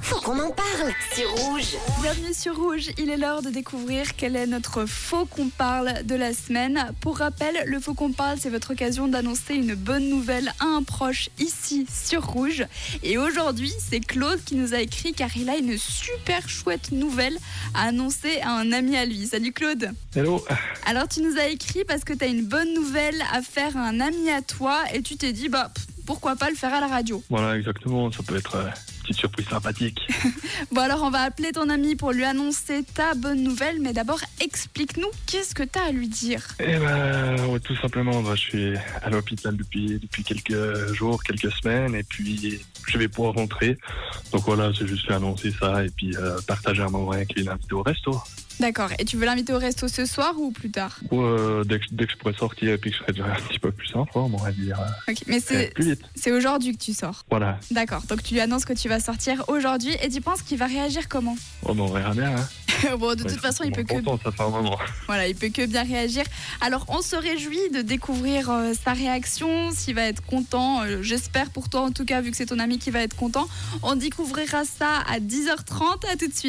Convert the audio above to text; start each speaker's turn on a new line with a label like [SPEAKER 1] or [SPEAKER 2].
[SPEAKER 1] Faut qu'on en parle, c'est rouge.
[SPEAKER 2] Bienvenue sur Rouge, il est l'heure de découvrir quel est notre faux qu'on parle de la semaine. Pour rappel, le faux qu'on parle, c'est votre occasion d'annoncer une bonne nouvelle à un proche ici sur Rouge. Et aujourd'hui, c'est Claude qui nous a écrit car il a une super chouette nouvelle à annoncer à un ami à lui. Salut Claude
[SPEAKER 3] Hello. Ah,
[SPEAKER 2] Alors tu nous as écrit parce que tu as une bonne nouvelle à faire à un ami à toi et tu t'es dit, bah... pff, Pourquoi pas le faire à la radio
[SPEAKER 3] Voilà, exactement. Ça peut être euh, une petite surprise sympathique.
[SPEAKER 2] Bon alors on va appeler ton ami pour lui annoncer ta bonne nouvelle, mais d'abord explique-nous qu'est-ce que t'as à lui dire.
[SPEAKER 3] Eh ben, ouais, tout simplement, bah, je suis à l'hôpital depuis, depuis quelques jours, quelques semaines, et puis je vais pouvoir rentrer. Donc voilà, c'est juste lui annoncer ça et puis euh, partager un moment avec lui, l'inviter au resto.
[SPEAKER 2] D'accord, et tu veux l'inviter au resto ce soir ou plus tard
[SPEAKER 3] Ou euh, dès, que, dès que je pourrais sortir et puis que je serais déjà un petit peu plus en forme, on va dire, euh,
[SPEAKER 2] Ok, mais c'est
[SPEAKER 3] plus vite.
[SPEAKER 2] c'est aujourd'hui que tu sors.
[SPEAKER 3] Voilà,
[SPEAKER 2] D'accord, donc tu lui annonces que tu vas sortir aujourd'hui et tu penses qu'il va réagir comment
[SPEAKER 3] on en verra bien. Hein.
[SPEAKER 2] Bon, de
[SPEAKER 3] Ouais,
[SPEAKER 2] toute façon, il
[SPEAKER 3] on
[SPEAKER 2] peut
[SPEAKER 3] est
[SPEAKER 2] que
[SPEAKER 3] content, ça fait un moment.
[SPEAKER 2] Voilà, il peut que bien réagir. Alors, on se réjouit de découvrir euh, sa réaction, s'il va être content. euh, J'espère pour toi, en tout cas, vu que c'est ton ami qui va être content. On découvrira ça à 10h30. À tout de suite.